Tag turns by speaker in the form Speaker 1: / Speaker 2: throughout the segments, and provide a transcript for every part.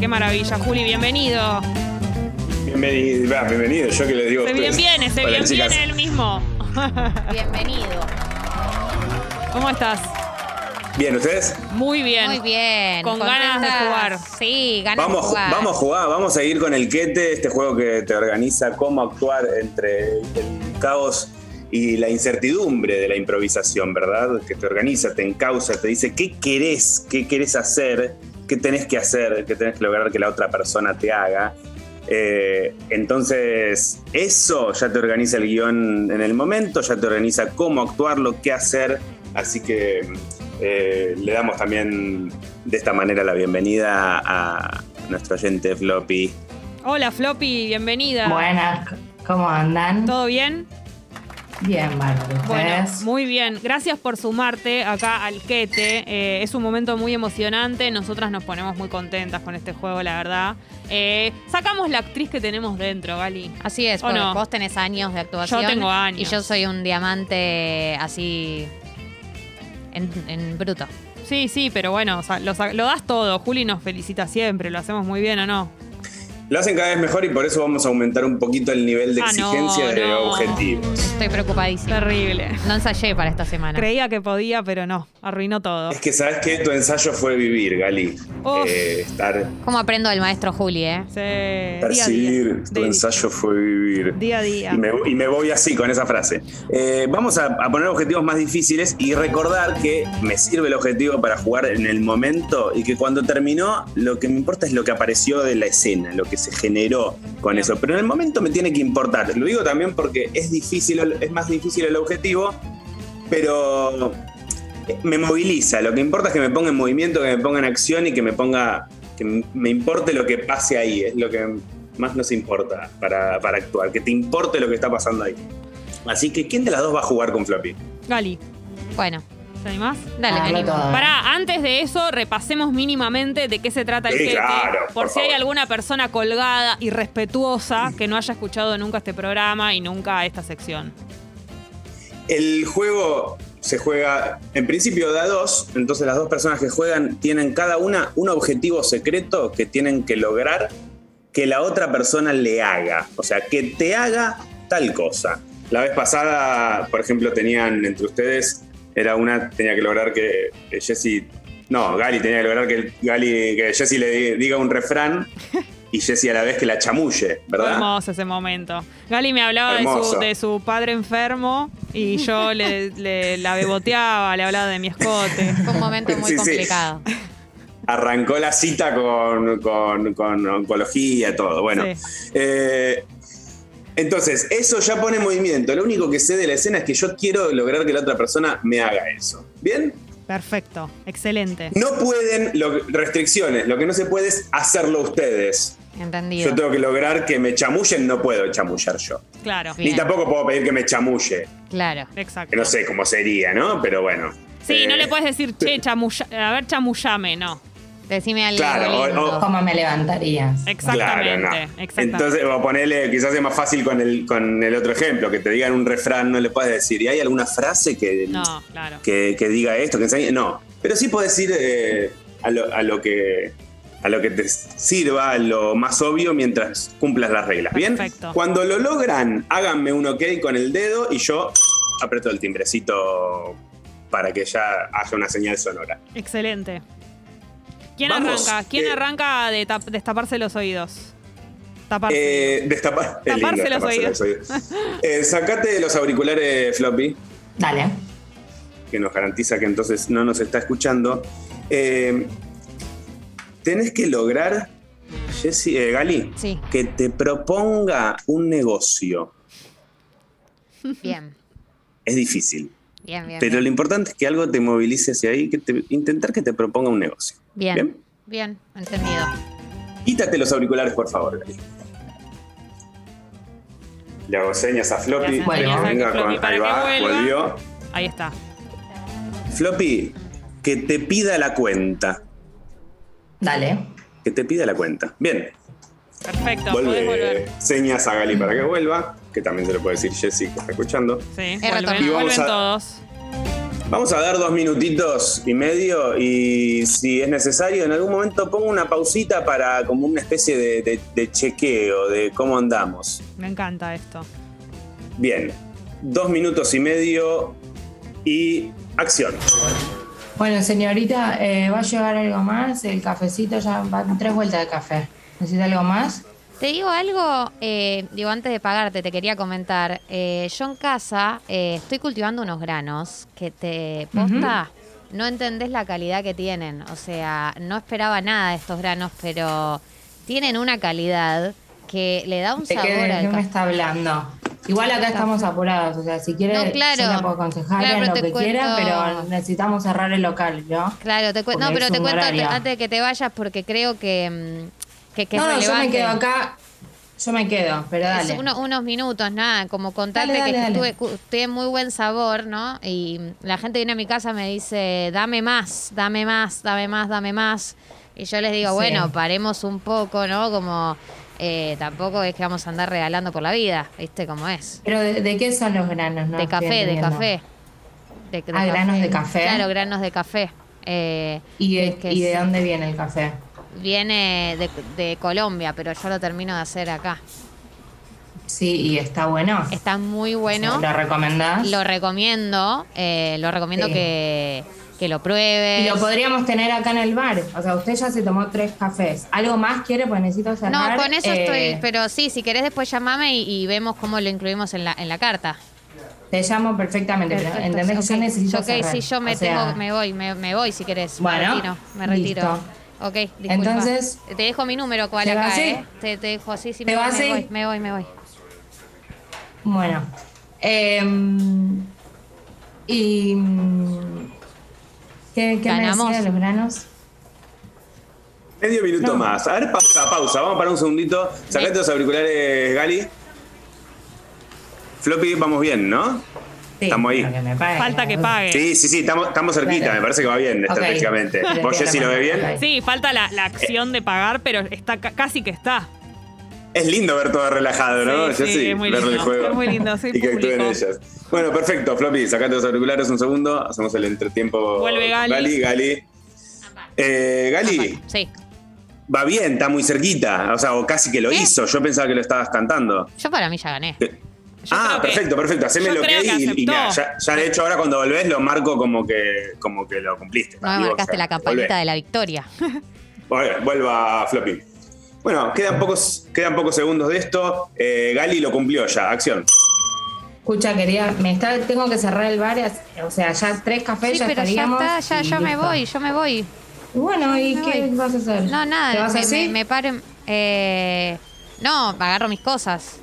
Speaker 1: qué maravilla. Juli, bienvenido.
Speaker 2: Bienvenido, va, bienvenido, yo que les digo. a
Speaker 1: Se bien
Speaker 2: ustedes.
Speaker 1: viene, se
Speaker 2: Hola,
Speaker 1: bien
Speaker 2: chicas.
Speaker 1: viene él mismo.
Speaker 3: Bienvenido.
Speaker 1: ¿Cómo estás?
Speaker 2: Bien, ¿ustedes?
Speaker 1: Muy bien.
Speaker 3: Muy bien.
Speaker 1: Con ganas de
Speaker 3: contenta.
Speaker 1: jugar.
Speaker 3: Sí, ganas
Speaker 2: Vamos,
Speaker 3: de jugar.
Speaker 2: vamos a jugar, vamos a ir con el quete, este juego que te organiza cómo actuar entre el caos y la incertidumbre de la improvisación, ¿verdad? Que te organiza, te encausa, te dice qué querés, qué querés hacer, qué tenés que hacer, qué tenés que lograr que la otra persona te haga. Eh, entonces, eso ya te organiza el guión en el momento, ya te organiza cómo actuarlo, qué hacer. Así que eh, le damos también de esta manera la bienvenida a nuestro oyente Floppy.
Speaker 1: Hola, Floppy,
Speaker 3: Ah.
Speaker 1: bienvenida.
Speaker 4: Buenas, ¿cómo andan?
Speaker 1: ¿Todo bien?
Speaker 4: Bien, bárbaro.
Speaker 1: Bueno,
Speaker 4: ¿Ustedes?
Speaker 1: muy bien. Gracias por sumarte acá al Quete. Eh, es un momento muy emocionante. Nosotras nos ponemos muy contentas con este juego, la verdad. Eh, sacamos la actriz que tenemos dentro, Gali.
Speaker 3: Así es,
Speaker 1: ¿O
Speaker 3: porque
Speaker 1: no?
Speaker 3: vos tenés años de actuación.
Speaker 1: Yo tengo años.
Speaker 3: Y yo soy un diamante así. En, en bruto.
Speaker 1: Sí, sí, pero bueno, o sea, lo, sa- lo das todo. Juli nos felicita siempre. Lo hacemos muy bien, ¿o no?
Speaker 2: Lo hacen cada vez mejor y por eso vamos a aumentar un poquito el nivel de
Speaker 1: Ah, no,
Speaker 2: exigencia de
Speaker 1: no.
Speaker 2: objetivos.
Speaker 3: Estoy preocupadísima.
Speaker 1: Terrible.
Speaker 3: No ensayé para esta semana.
Speaker 1: Creía que podía, pero no. Arruinó todo.
Speaker 2: Es que sabes que tu ensayo fue vivir, Gali.
Speaker 1: Uf.
Speaker 2: Eh, estar
Speaker 3: ¿Cómo aprendo del maestro Juli, eh?
Speaker 1: Sí, día a día.
Speaker 2: Percibir, tu
Speaker 1: Daily.
Speaker 2: ensayo fue vivir.
Speaker 1: Día a día.
Speaker 2: Y me, y me voy así con esa frase. Eh, vamos a, a poner objetivos más difíciles y recordar que me sirve el objetivo para jugar en el momento y que cuando terminó lo que me importa es lo que apareció de la escena, lo que se generó con eso. Pero en el momento me tiene que importar. Lo digo también porque es difícil, es más difícil el objetivo, pero me moviliza. Lo que importa es que me ponga en movimiento, que me ponga en acción y que me ponga. que m- me importe lo que pase ahí. Es lo que más nos importa para, para actuar. Que te importe lo que está pasando ahí. Así que, ¿quién de las dos va a jugar con Flappy?
Speaker 1: Gali,
Speaker 3: Bueno,
Speaker 1: ¿te animás?
Speaker 3: dale,
Speaker 4: Ah,
Speaker 3: me
Speaker 4: no
Speaker 3: animo.
Speaker 4: todo.
Speaker 1: Pará, antes de eso, repasemos mínimamente de qué se trata el
Speaker 2: Sí,
Speaker 1: quete.
Speaker 2: claro,
Speaker 1: por,
Speaker 2: por
Speaker 1: si hay
Speaker 2: favor.
Speaker 1: alguna persona colgada y respetuosa que no haya escuchado nunca este programa y nunca esta sección.
Speaker 2: El juego se juega en principio de a dos, entonces las dos personas que juegan tienen cada una un objetivo secreto que tienen que lograr que la otra persona le haga, o sea, que te haga tal cosa. La vez pasada, por ejemplo, tenían entre ustedes, era una, tenía que lograr que que Jessy, no, Gali tenía que lograr que, Gali, que Jessy le di- diga un refrán y Jessy a la vez que la chamulle,
Speaker 1: Fue
Speaker 2: ¿verdad?
Speaker 1: Hermoso ese momento. Gali me hablaba de su,
Speaker 2: Hermoso.
Speaker 1: de su padre enfermo y yo le, le- la beboteaba, le hablaba de mi escote.
Speaker 3: Fue un momento muy
Speaker 2: Sí, sí.
Speaker 3: complicado.
Speaker 2: arrancó la cita con, con- con oncología, todo. Bueno, eh, entonces, eso ya pone movimiento. Lo único que sé de la escena es que yo quiero lograr que la otra persona me haga eso. ¿Bien?
Speaker 1: Perfecto, excelente.
Speaker 2: No pueden, lo- restricciones, lo que no se puede es hacerlo ustedes.
Speaker 3: Entendido.
Speaker 2: Yo tengo que lograr que me chamullen, no puedo chamullar yo.
Speaker 1: Claro,
Speaker 3: Bien.
Speaker 2: Ni tampoco puedo pedir que me chamulle,
Speaker 3: Claro.
Speaker 2: que
Speaker 1: exacto.
Speaker 2: no sé cómo sería, ¿no? Pero bueno.
Speaker 1: Sí, no
Speaker 2: Eh,
Speaker 1: le puedes decir, che, chamulla, a ver, chamullame, no.
Speaker 3: Decime algo.
Speaker 2: Claro, o-
Speaker 3: lindo.
Speaker 2: o-
Speaker 4: ¿Cómo me levantarías?
Speaker 2: Claro,
Speaker 1: Exactamente,
Speaker 2: no.
Speaker 1: exactamente.
Speaker 2: Entonces, o ponele, quizás es más fácil con el, con el otro ejemplo, que te digan un refrán, no le puedes decir, ¿y hay alguna frase que,
Speaker 1: no, claro.
Speaker 2: que, que diga esto? que enseñe? No, pero sí puedes ir eh, a, lo, a lo que a lo que te sirva, a lo más obvio mientras cumplas las reglas, ¿bien?
Speaker 1: Perfecto.
Speaker 2: Cuando lo logran, háganme un ok con el dedo y yo aprieto el timbrecito para que ya haya una señal sonora.
Speaker 1: Excelente. ¿Quién
Speaker 2: Vamos,
Speaker 1: arranca? ¿Quién
Speaker 2: eh,
Speaker 1: arranca de tap- destaparse los oídos? Taparse.
Speaker 2: Eh, destapar, es lindo
Speaker 1: Taparse los
Speaker 2: taparse
Speaker 1: oídos.
Speaker 2: oídos. Eh, sacate los auriculares, Floppy,
Speaker 4: Dale.
Speaker 2: que nos garantiza que entonces no nos está escuchando. Eh, tenés que lograr, Jessy, eh, Gali,
Speaker 3: Sí.
Speaker 2: que te proponga un negocio.
Speaker 3: Bien.
Speaker 2: Es difícil,
Speaker 3: Bien, bien.
Speaker 2: pero
Speaker 3: bien.
Speaker 2: lo importante es que algo te movilice hacia ahí, que te- intentar que te proponga un negocio.
Speaker 3: Bien.
Speaker 2: bien.
Speaker 3: Bien. Entendido.
Speaker 2: Quítate los auriculares, por favor, Gali. Le hago señas a Floppy.
Speaker 1: Le
Speaker 4: hago señas
Speaker 2: que
Speaker 4: a
Speaker 2: venga
Speaker 1: Floppy
Speaker 2: con-
Speaker 1: para
Speaker 2: ahí
Speaker 1: que
Speaker 2: va,
Speaker 1: vuelva.
Speaker 2: volvió.
Speaker 1: Ahí está.
Speaker 2: Floppy, que te pida la cuenta.
Speaker 4: Dale.
Speaker 2: Que te pida la cuenta. Bien,
Speaker 1: Perfecto.
Speaker 2: vuelve.
Speaker 1: Podés volver.
Speaker 2: Señas a Gali para que vuelva, que también se lo puede decir Jessy que está escuchando.
Speaker 1: Sí,
Speaker 3: retornado.
Speaker 1: vuelven,
Speaker 3: Y
Speaker 2: vamos
Speaker 1: vuelven
Speaker 2: a-
Speaker 1: todos.
Speaker 2: Vamos a dar dos minutitos y medio y si es necesario, en algún momento pongo una pausita para como una especie de, de- de chequeo de cómo andamos.
Speaker 1: Me encanta esto.
Speaker 2: Bien, dos minutos y medio y acción.
Speaker 4: Bueno, señorita, eh, ¿va a llevar algo más? El cafecito ya va tres vueltas de café. ¿Necesita algo más?
Speaker 3: Te digo algo, eh, digo, antes de pagarte, te quería comentar. Eh, yo en casa eh, estoy cultivando unos granos que te posta. No entendés la calidad que tienen. O sea, no esperaba nada de estos granos, pero tienen una calidad que le da un
Speaker 4: ¿De qué,
Speaker 3: sabor
Speaker 4: de
Speaker 3: al
Speaker 4: qué me
Speaker 3: café.
Speaker 4: está hablando? Igual acá estamos apurados, o sea, si quiere,
Speaker 3: No, claro.
Speaker 4: yo le puedo aconsejar
Speaker 3: Claro,
Speaker 4: en
Speaker 3: pero
Speaker 4: lo
Speaker 3: te
Speaker 4: que quiera,
Speaker 3: cuento-
Speaker 4: pero necesitamos cerrar el local, ¿no?
Speaker 3: Claro, te cuen-
Speaker 4: Porque
Speaker 3: no, pero
Speaker 4: es
Speaker 3: te
Speaker 4: un
Speaker 3: cuento
Speaker 4: horario.
Speaker 3: ante- antes de que te vayas porque creo que, mm, que, que
Speaker 4: no,
Speaker 3: es
Speaker 4: no, yo me
Speaker 3: relevante.
Speaker 4: quedo acá, yo me quedo, pero
Speaker 3: Es
Speaker 4: dale.
Speaker 3: uno- unos minutos, nada, como contarte
Speaker 4: Dale,
Speaker 3: que
Speaker 4: dale,
Speaker 3: estuve,
Speaker 4: dale.
Speaker 3: cu- tiene muy buen sabor, ¿no? Y la gente viene a mi casa y me dice, dame más, dame más, dame más, dame más. Y yo les digo,
Speaker 4: Sí.
Speaker 3: bueno, paremos un poco, ¿no? Como eh, tampoco es que vamos a andar regalando por la vida, ¿viste cómo es?
Speaker 4: Pero de, de qué son los granos? No
Speaker 3: de
Speaker 4: estoy
Speaker 3: café, de
Speaker 4: entendiendo.
Speaker 3: café. De, de
Speaker 4: Ah, granos de café.
Speaker 3: Claro, granos de café. Eh,
Speaker 4: ¿Y de,
Speaker 3: es que
Speaker 4: y de
Speaker 3: sí.
Speaker 4: dónde viene el café?
Speaker 3: Viene de, de Colombia, pero yo lo termino de hacer acá.
Speaker 4: Sí, y está bueno.
Speaker 3: Está muy bueno.
Speaker 4: ¿Lo recomendás?
Speaker 3: Lo recomiendo, eh, lo recomiendo
Speaker 4: Ah. Sí.
Speaker 3: que, que lo pruebes.
Speaker 4: y lo podríamos tener acá en el bar. O sea, usted ya se tomó tres cafés. ¿Algo más quiere? Pues necesito cerrar.
Speaker 3: no, con eso
Speaker 4: eh,
Speaker 3: estoy, pero sí, si querés después llamame y, y vemos cómo lo incluimos en la, en la carta.
Speaker 4: Te llamo perfectamente, pero
Speaker 3: Perfecto,
Speaker 4: ¿entendés que
Speaker 3: ok.
Speaker 4: yo necesito
Speaker 3: ok,
Speaker 4: cerrar?
Speaker 3: sí, yo me
Speaker 4: O sea,
Speaker 3: tengo- me voy, me, me voy si querés. me
Speaker 4: Bueno,
Speaker 3: retiro, me retiro.
Speaker 4: listo.
Speaker 3: Ok, disculpa.
Speaker 4: Entonces-
Speaker 3: te dejo mi número, cual
Speaker 4: ¿Te
Speaker 3: acá,
Speaker 4: vas, sí?
Speaker 3: eh. Te, te dejo así, sí,
Speaker 4: ¿Te
Speaker 3: me, voy,
Speaker 4: vas,
Speaker 3: me
Speaker 4: sí?
Speaker 3: voy, me voy, me voy.
Speaker 4: Bueno. em, y... mm, ¿Qué, qué me
Speaker 3: Ganamos.
Speaker 4: decía de los granos?
Speaker 2: Medio minuto
Speaker 4: No.
Speaker 2: más. A ver, pausa, pausa. Vamos para un segundito. Sacate los auriculares, Gali. Floppy, vamos bien, ¿no?
Speaker 4: Sí,
Speaker 2: Estamos ahí.
Speaker 4: lo Que me pague,
Speaker 1: Falta que
Speaker 4: ¿no?
Speaker 1: pague.
Speaker 2: Eh, Sí, sí, sí, estamos, estamos cerquita,
Speaker 4: Dale.
Speaker 2: me parece que va bien
Speaker 4: Ok.
Speaker 2: estratégicamente.
Speaker 4: Te
Speaker 2: ¿Vos,
Speaker 4: pido la
Speaker 2: Jessy, lo
Speaker 4: mano,
Speaker 2: ve bien?
Speaker 4: ok.
Speaker 1: Sí, falta la, la acción de pagar, pero está ca- casi que está.
Speaker 2: Es lindo ver todo relajado, ¿no?
Speaker 1: Sí, sí,
Speaker 2: Jessy,
Speaker 1: es muy
Speaker 2: ver el
Speaker 1: lindo,
Speaker 2: juego.
Speaker 1: es muy lindo, soy
Speaker 2: y que actúen
Speaker 1: público.
Speaker 2: ellas. Bueno, perfecto, Floppy, sacate los auriculares un segundo. Hacemos el entretiempo.
Speaker 1: Vuelve
Speaker 2: con
Speaker 1: Gali.
Speaker 2: Gali, Gali. Eh, Gali,
Speaker 3: Sí.
Speaker 2: va bien, está muy cerquita. O sea, o casi que lo
Speaker 3: ¿Qué?
Speaker 2: hizo. Yo pensaba que lo estabas cantando.
Speaker 3: Yo para mí ya gané.
Speaker 1: Yo
Speaker 2: ah,
Speaker 1: creo que-
Speaker 2: perfecto, perfecto. Haceme
Speaker 1: yo
Speaker 2: lo que
Speaker 1: creo que
Speaker 2: y, y
Speaker 1: aceptó.
Speaker 2: nada, ya, ya de hecho ahora cuando volvés lo marco como que, como que lo cumpliste.
Speaker 3: No me Ah, marcaste la campanita de la victoria.
Speaker 2: Vuelva Floppy. Bueno, quedan pocos, quedan pocos segundos de esto. Eh, Gali lo cumplió ya. Acción.
Speaker 4: Escucha, querida, me está, tengo que cerrar el bar, o sea, ya tres
Speaker 3: Sí,
Speaker 4: cafés Pues ya
Speaker 3: pero ya
Speaker 4: estaríamos
Speaker 3: está, ya,
Speaker 4: y
Speaker 3: yo me
Speaker 4: listo.
Speaker 3: voy, yo me voy.
Speaker 4: Y Bueno, ¿y
Speaker 3: Me
Speaker 4: qué
Speaker 3: voy.
Speaker 4: vas a hacer?
Speaker 3: No,
Speaker 4: ¿Te
Speaker 3: nada,
Speaker 4: vas
Speaker 3: me,
Speaker 4: así?
Speaker 3: me, me paro. en- eh, no, agarro mis cosas.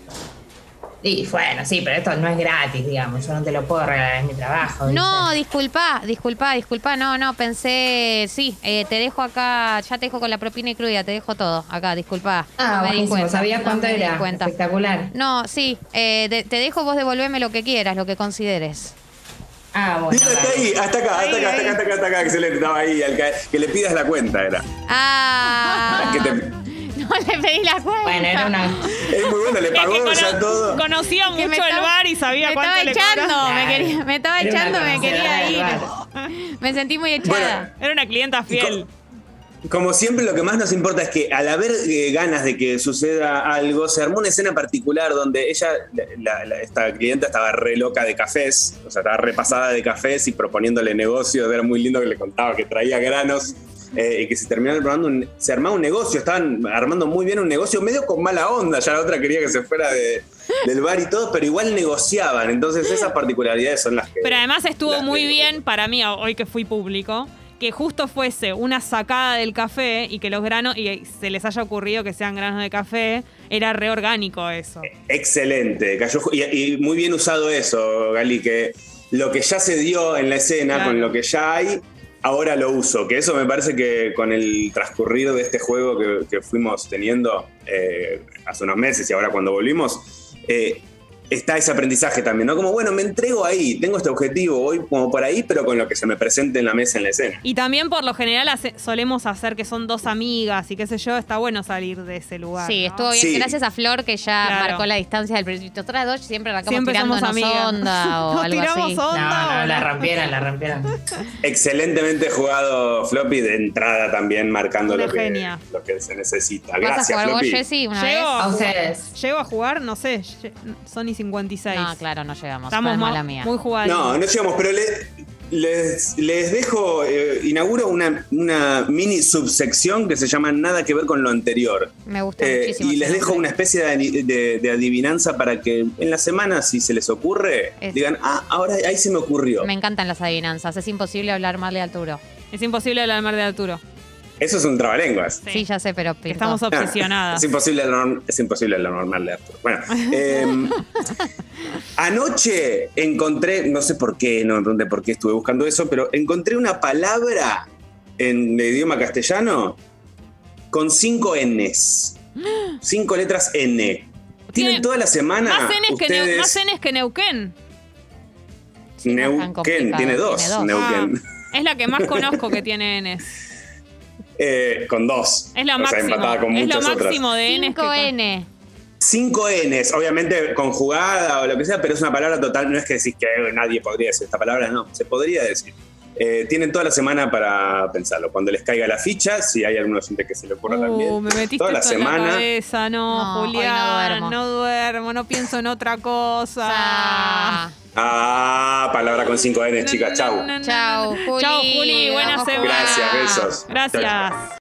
Speaker 4: Y bueno, sí, pero esto no es gratis, digamos, yo no te lo puedo regalar, es mi trabajo. ¿viste?
Speaker 3: No, disculpa, disculpa, disculpa. No, no, pensé, sí, eh, te dejo acá, ya te dejo con la propina y cruda, te dejo todo acá, disculpa.
Speaker 4: Ah,
Speaker 3: no
Speaker 4: buenísimo, sabías
Speaker 3: no
Speaker 4: cuánto
Speaker 3: me di
Speaker 4: era.
Speaker 3: cuenta.
Speaker 4: Espectacular.
Speaker 3: No, sí, eh, de- te dejo, vos devolveme lo que quieras, lo que consideres.
Speaker 4: Ah, bueno.
Speaker 2: Mira, está ahí, hasta acá, hasta acá, hasta acá, hasta acá, hasta acá. Excelente, estaba ahí. al caer. que le pidas la cuenta era.
Speaker 3: Ah,
Speaker 2: Que te-
Speaker 3: no le pedí la cuenta.
Speaker 4: Bueno, era una.
Speaker 2: es muy bueno, le
Speaker 1: Es que
Speaker 2: pagó
Speaker 1: cono-
Speaker 2: ya todo.
Speaker 1: conocía
Speaker 3: Que
Speaker 1: mucho
Speaker 3: me
Speaker 1: el
Speaker 3: estaba-
Speaker 1: bar y sabía
Speaker 3: me
Speaker 1: cuánto
Speaker 3: estaba
Speaker 1: le
Speaker 3: echando,
Speaker 1: cobraba.
Speaker 3: me, quería- me estaba
Speaker 4: Era una
Speaker 3: echando, me
Speaker 4: conocedora
Speaker 3: quería
Speaker 4: del
Speaker 3: ir. Me sentí muy echada.
Speaker 1: Era una clienta fiel.
Speaker 2: Como siempre, lo que más nos importa es que al haber eh, ganas de que suceda algo, se armó una escena particular donde ella, la- la- esta clienta estaba re loca de cafés, o sea, estaba repasada de cafés y proponiéndole negocios, era muy lindo que le contaba que traía granos eh, y que se terminaron armando un- se armaba un negocio, estaban armando muy bien un negocio, medio con mala onda, ya la otra quería que se fuera de- del bar y todo, pero igual negociaban, entonces esas particularidades son las que...
Speaker 1: Pero además estuvo
Speaker 2: las
Speaker 1: muy
Speaker 2: que-
Speaker 1: bien para mí, hoy que fui público, que justo fuese una sacada del café y que los granos, y se les haya ocurrido que sean granos de café, era reorgánico eso.
Speaker 2: Excelente, cayó ju- y, y muy bien usado eso, Gali, que lo que ya se dio en la escena,
Speaker 1: Claro.
Speaker 2: con lo que ya hay, ahora lo uso. Que eso me parece que con el transcurrir de este juego que, que fuimos teniendo eh, hace unos meses y ahora cuando volvimos, eh, está ese aprendizaje también, ¿no? Como, bueno, me entrego ahí, tengo este objetivo, voy como por ahí, pero con lo que se me presente en la mesa, en la escena.
Speaker 1: Y también por lo general hace- solemos hacer que son dos amigas y qué sé yo, está bueno salir de ese lugar.
Speaker 3: Sí,
Speaker 1: ¿no?
Speaker 3: estuvo bien.
Speaker 2: Sí.
Speaker 3: Gracias a Flor que ya
Speaker 1: Claro.
Speaker 3: marcó la distancia del principio. Nosotras dos siempre arrancamos
Speaker 1: Siempre somos
Speaker 3: tirándonos
Speaker 1: amigas.
Speaker 3: onda o
Speaker 1: Nos
Speaker 3: algo
Speaker 1: tiramos
Speaker 3: así.
Speaker 4: No,
Speaker 1: onda.
Speaker 4: no,
Speaker 1: o
Speaker 4: la
Speaker 1: no?
Speaker 4: rompieron, la rompieron.
Speaker 2: Excelentemente jugado Floppy de entrada también, marcando
Speaker 1: Una
Speaker 2: lo que,
Speaker 1: genia.
Speaker 2: lo que se necesita.
Speaker 3: ¿Vas a
Speaker 2: Gracias,
Speaker 3: jugar vos,
Speaker 2: Floppy.
Speaker 3: Jessy, una
Speaker 1: Llego
Speaker 3: vez?
Speaker 1: a
Speaker 4: A
Speaker 1: jugar-
Speaker 4: ustedes.
Speaker 1: Llego a jugar, no sé, lle- Sony 56.
Speaker 3: No, claro, no llegamos.
Speaker 1: Estamos
Speaker 3: Estamos
Speaker 1: ma-
Speaker 3: mala mía.
Speaker 1: muy jugaditos.
Speaker 2: No, no llegamos, pero le- les, les dejo, eh, inauguro una, una mini subsección que se llama Nada que ver con lo anterior.
Speaker 3: Me gusta
Speaker 2: Eh,
Speaker 3: muchísimo.
Speaker 2: y les
Speaker 3: ese
Speaker 2: dejo una
Speaker 3: nombre.
Speaker 2: especie de, de- de adivinanza para que en la semana, si se les ocurre,
Speaker 3: Es-
Speaker 2: digan, ah, ahora ahí se me ocurrió.
Speaker 3: Me encantan las adivinanzas. Es imposible hablar mal de Arturo.
Speaker 1: Es imposible hablar mal de Arturo.
Speaker 2: Eso es un trabalenguas.
Speaker 1: Sí.
Speaker 3: Sí, ya sé, pero pintó.
Speaker 1: Estamos obsesionadas.
Speaker 2: Es imposible lo, norm- es imposible lo normal de Arturo. Bueno, em, anoche encontré, no sé por qué, no me pregunté por qué estuve buscando eso, pero encontré una palabra en el idioma castellano con cinco Ns. Cinco letras N.
Speaker 1: Tiene
Speaker 2: Tienen toda la semana.
Speaker 1: Más N's, que Neu-
Speaker 2: ustedes-
Speaker 1: más N's que Neuquén.
Speaker 3: Sí, no es tan
Speaker 2: Neuquén,
Speaker 3: complicado,
Speaker 2: tiene dos.
Speaker 3: tiene dos.
Speaker 2: Neuquén.
Speaker 1: Ah, es la que más conozco que tiene N's.
Speaker 2: Eh, con dos.
Speaker 1: Es la
Speaker 2: O sea,
Speaker 1: máxima.
Speaker 2: empatada con
Speaker 1: es lo
Speaker 2: muchas otras.
Speaker 1: máximo de N's. que con-
Speaker 3: 5N.
Speaker 2: Cinco Ns, obviamente conjugada o lo que sea, pero es una palabra total. No es que decís que eh, nadie podría decir esta palabra, no, se podría decir. Eh, tienen toda la semana para pensarlo. Cuando les caiga la ficha, si hay alguna gente que se le ocurra
Speaker 1: Uh,
Speaker 2: también.
Speaker 1: me metiste
Speaker 2: Toda la
Speaker 1: esto en la
Speaker 2: semana.
Speaker 1: cabeza, no,
Speaker 3: No, hoy no
Speaker 1: Julián, no duermo.
Speaker 3: duermo.
Speaker 1: no pienso en otra cosa.
Speaker 3: Ah.
Speaker 2: Ah, palabra con cinco Ns, chicas, chau.
Speaker 1: No, no, no, no, no.
Speaker 3: Chau, Juli.
Speaker 1: Chau, Juli, buena
Speaker 3: Vamos, Juli.
Speaker 1: semana.
Speaker 2: Gracias, besos.
Speaker 1: Gracias.
Speaker 2: Chau.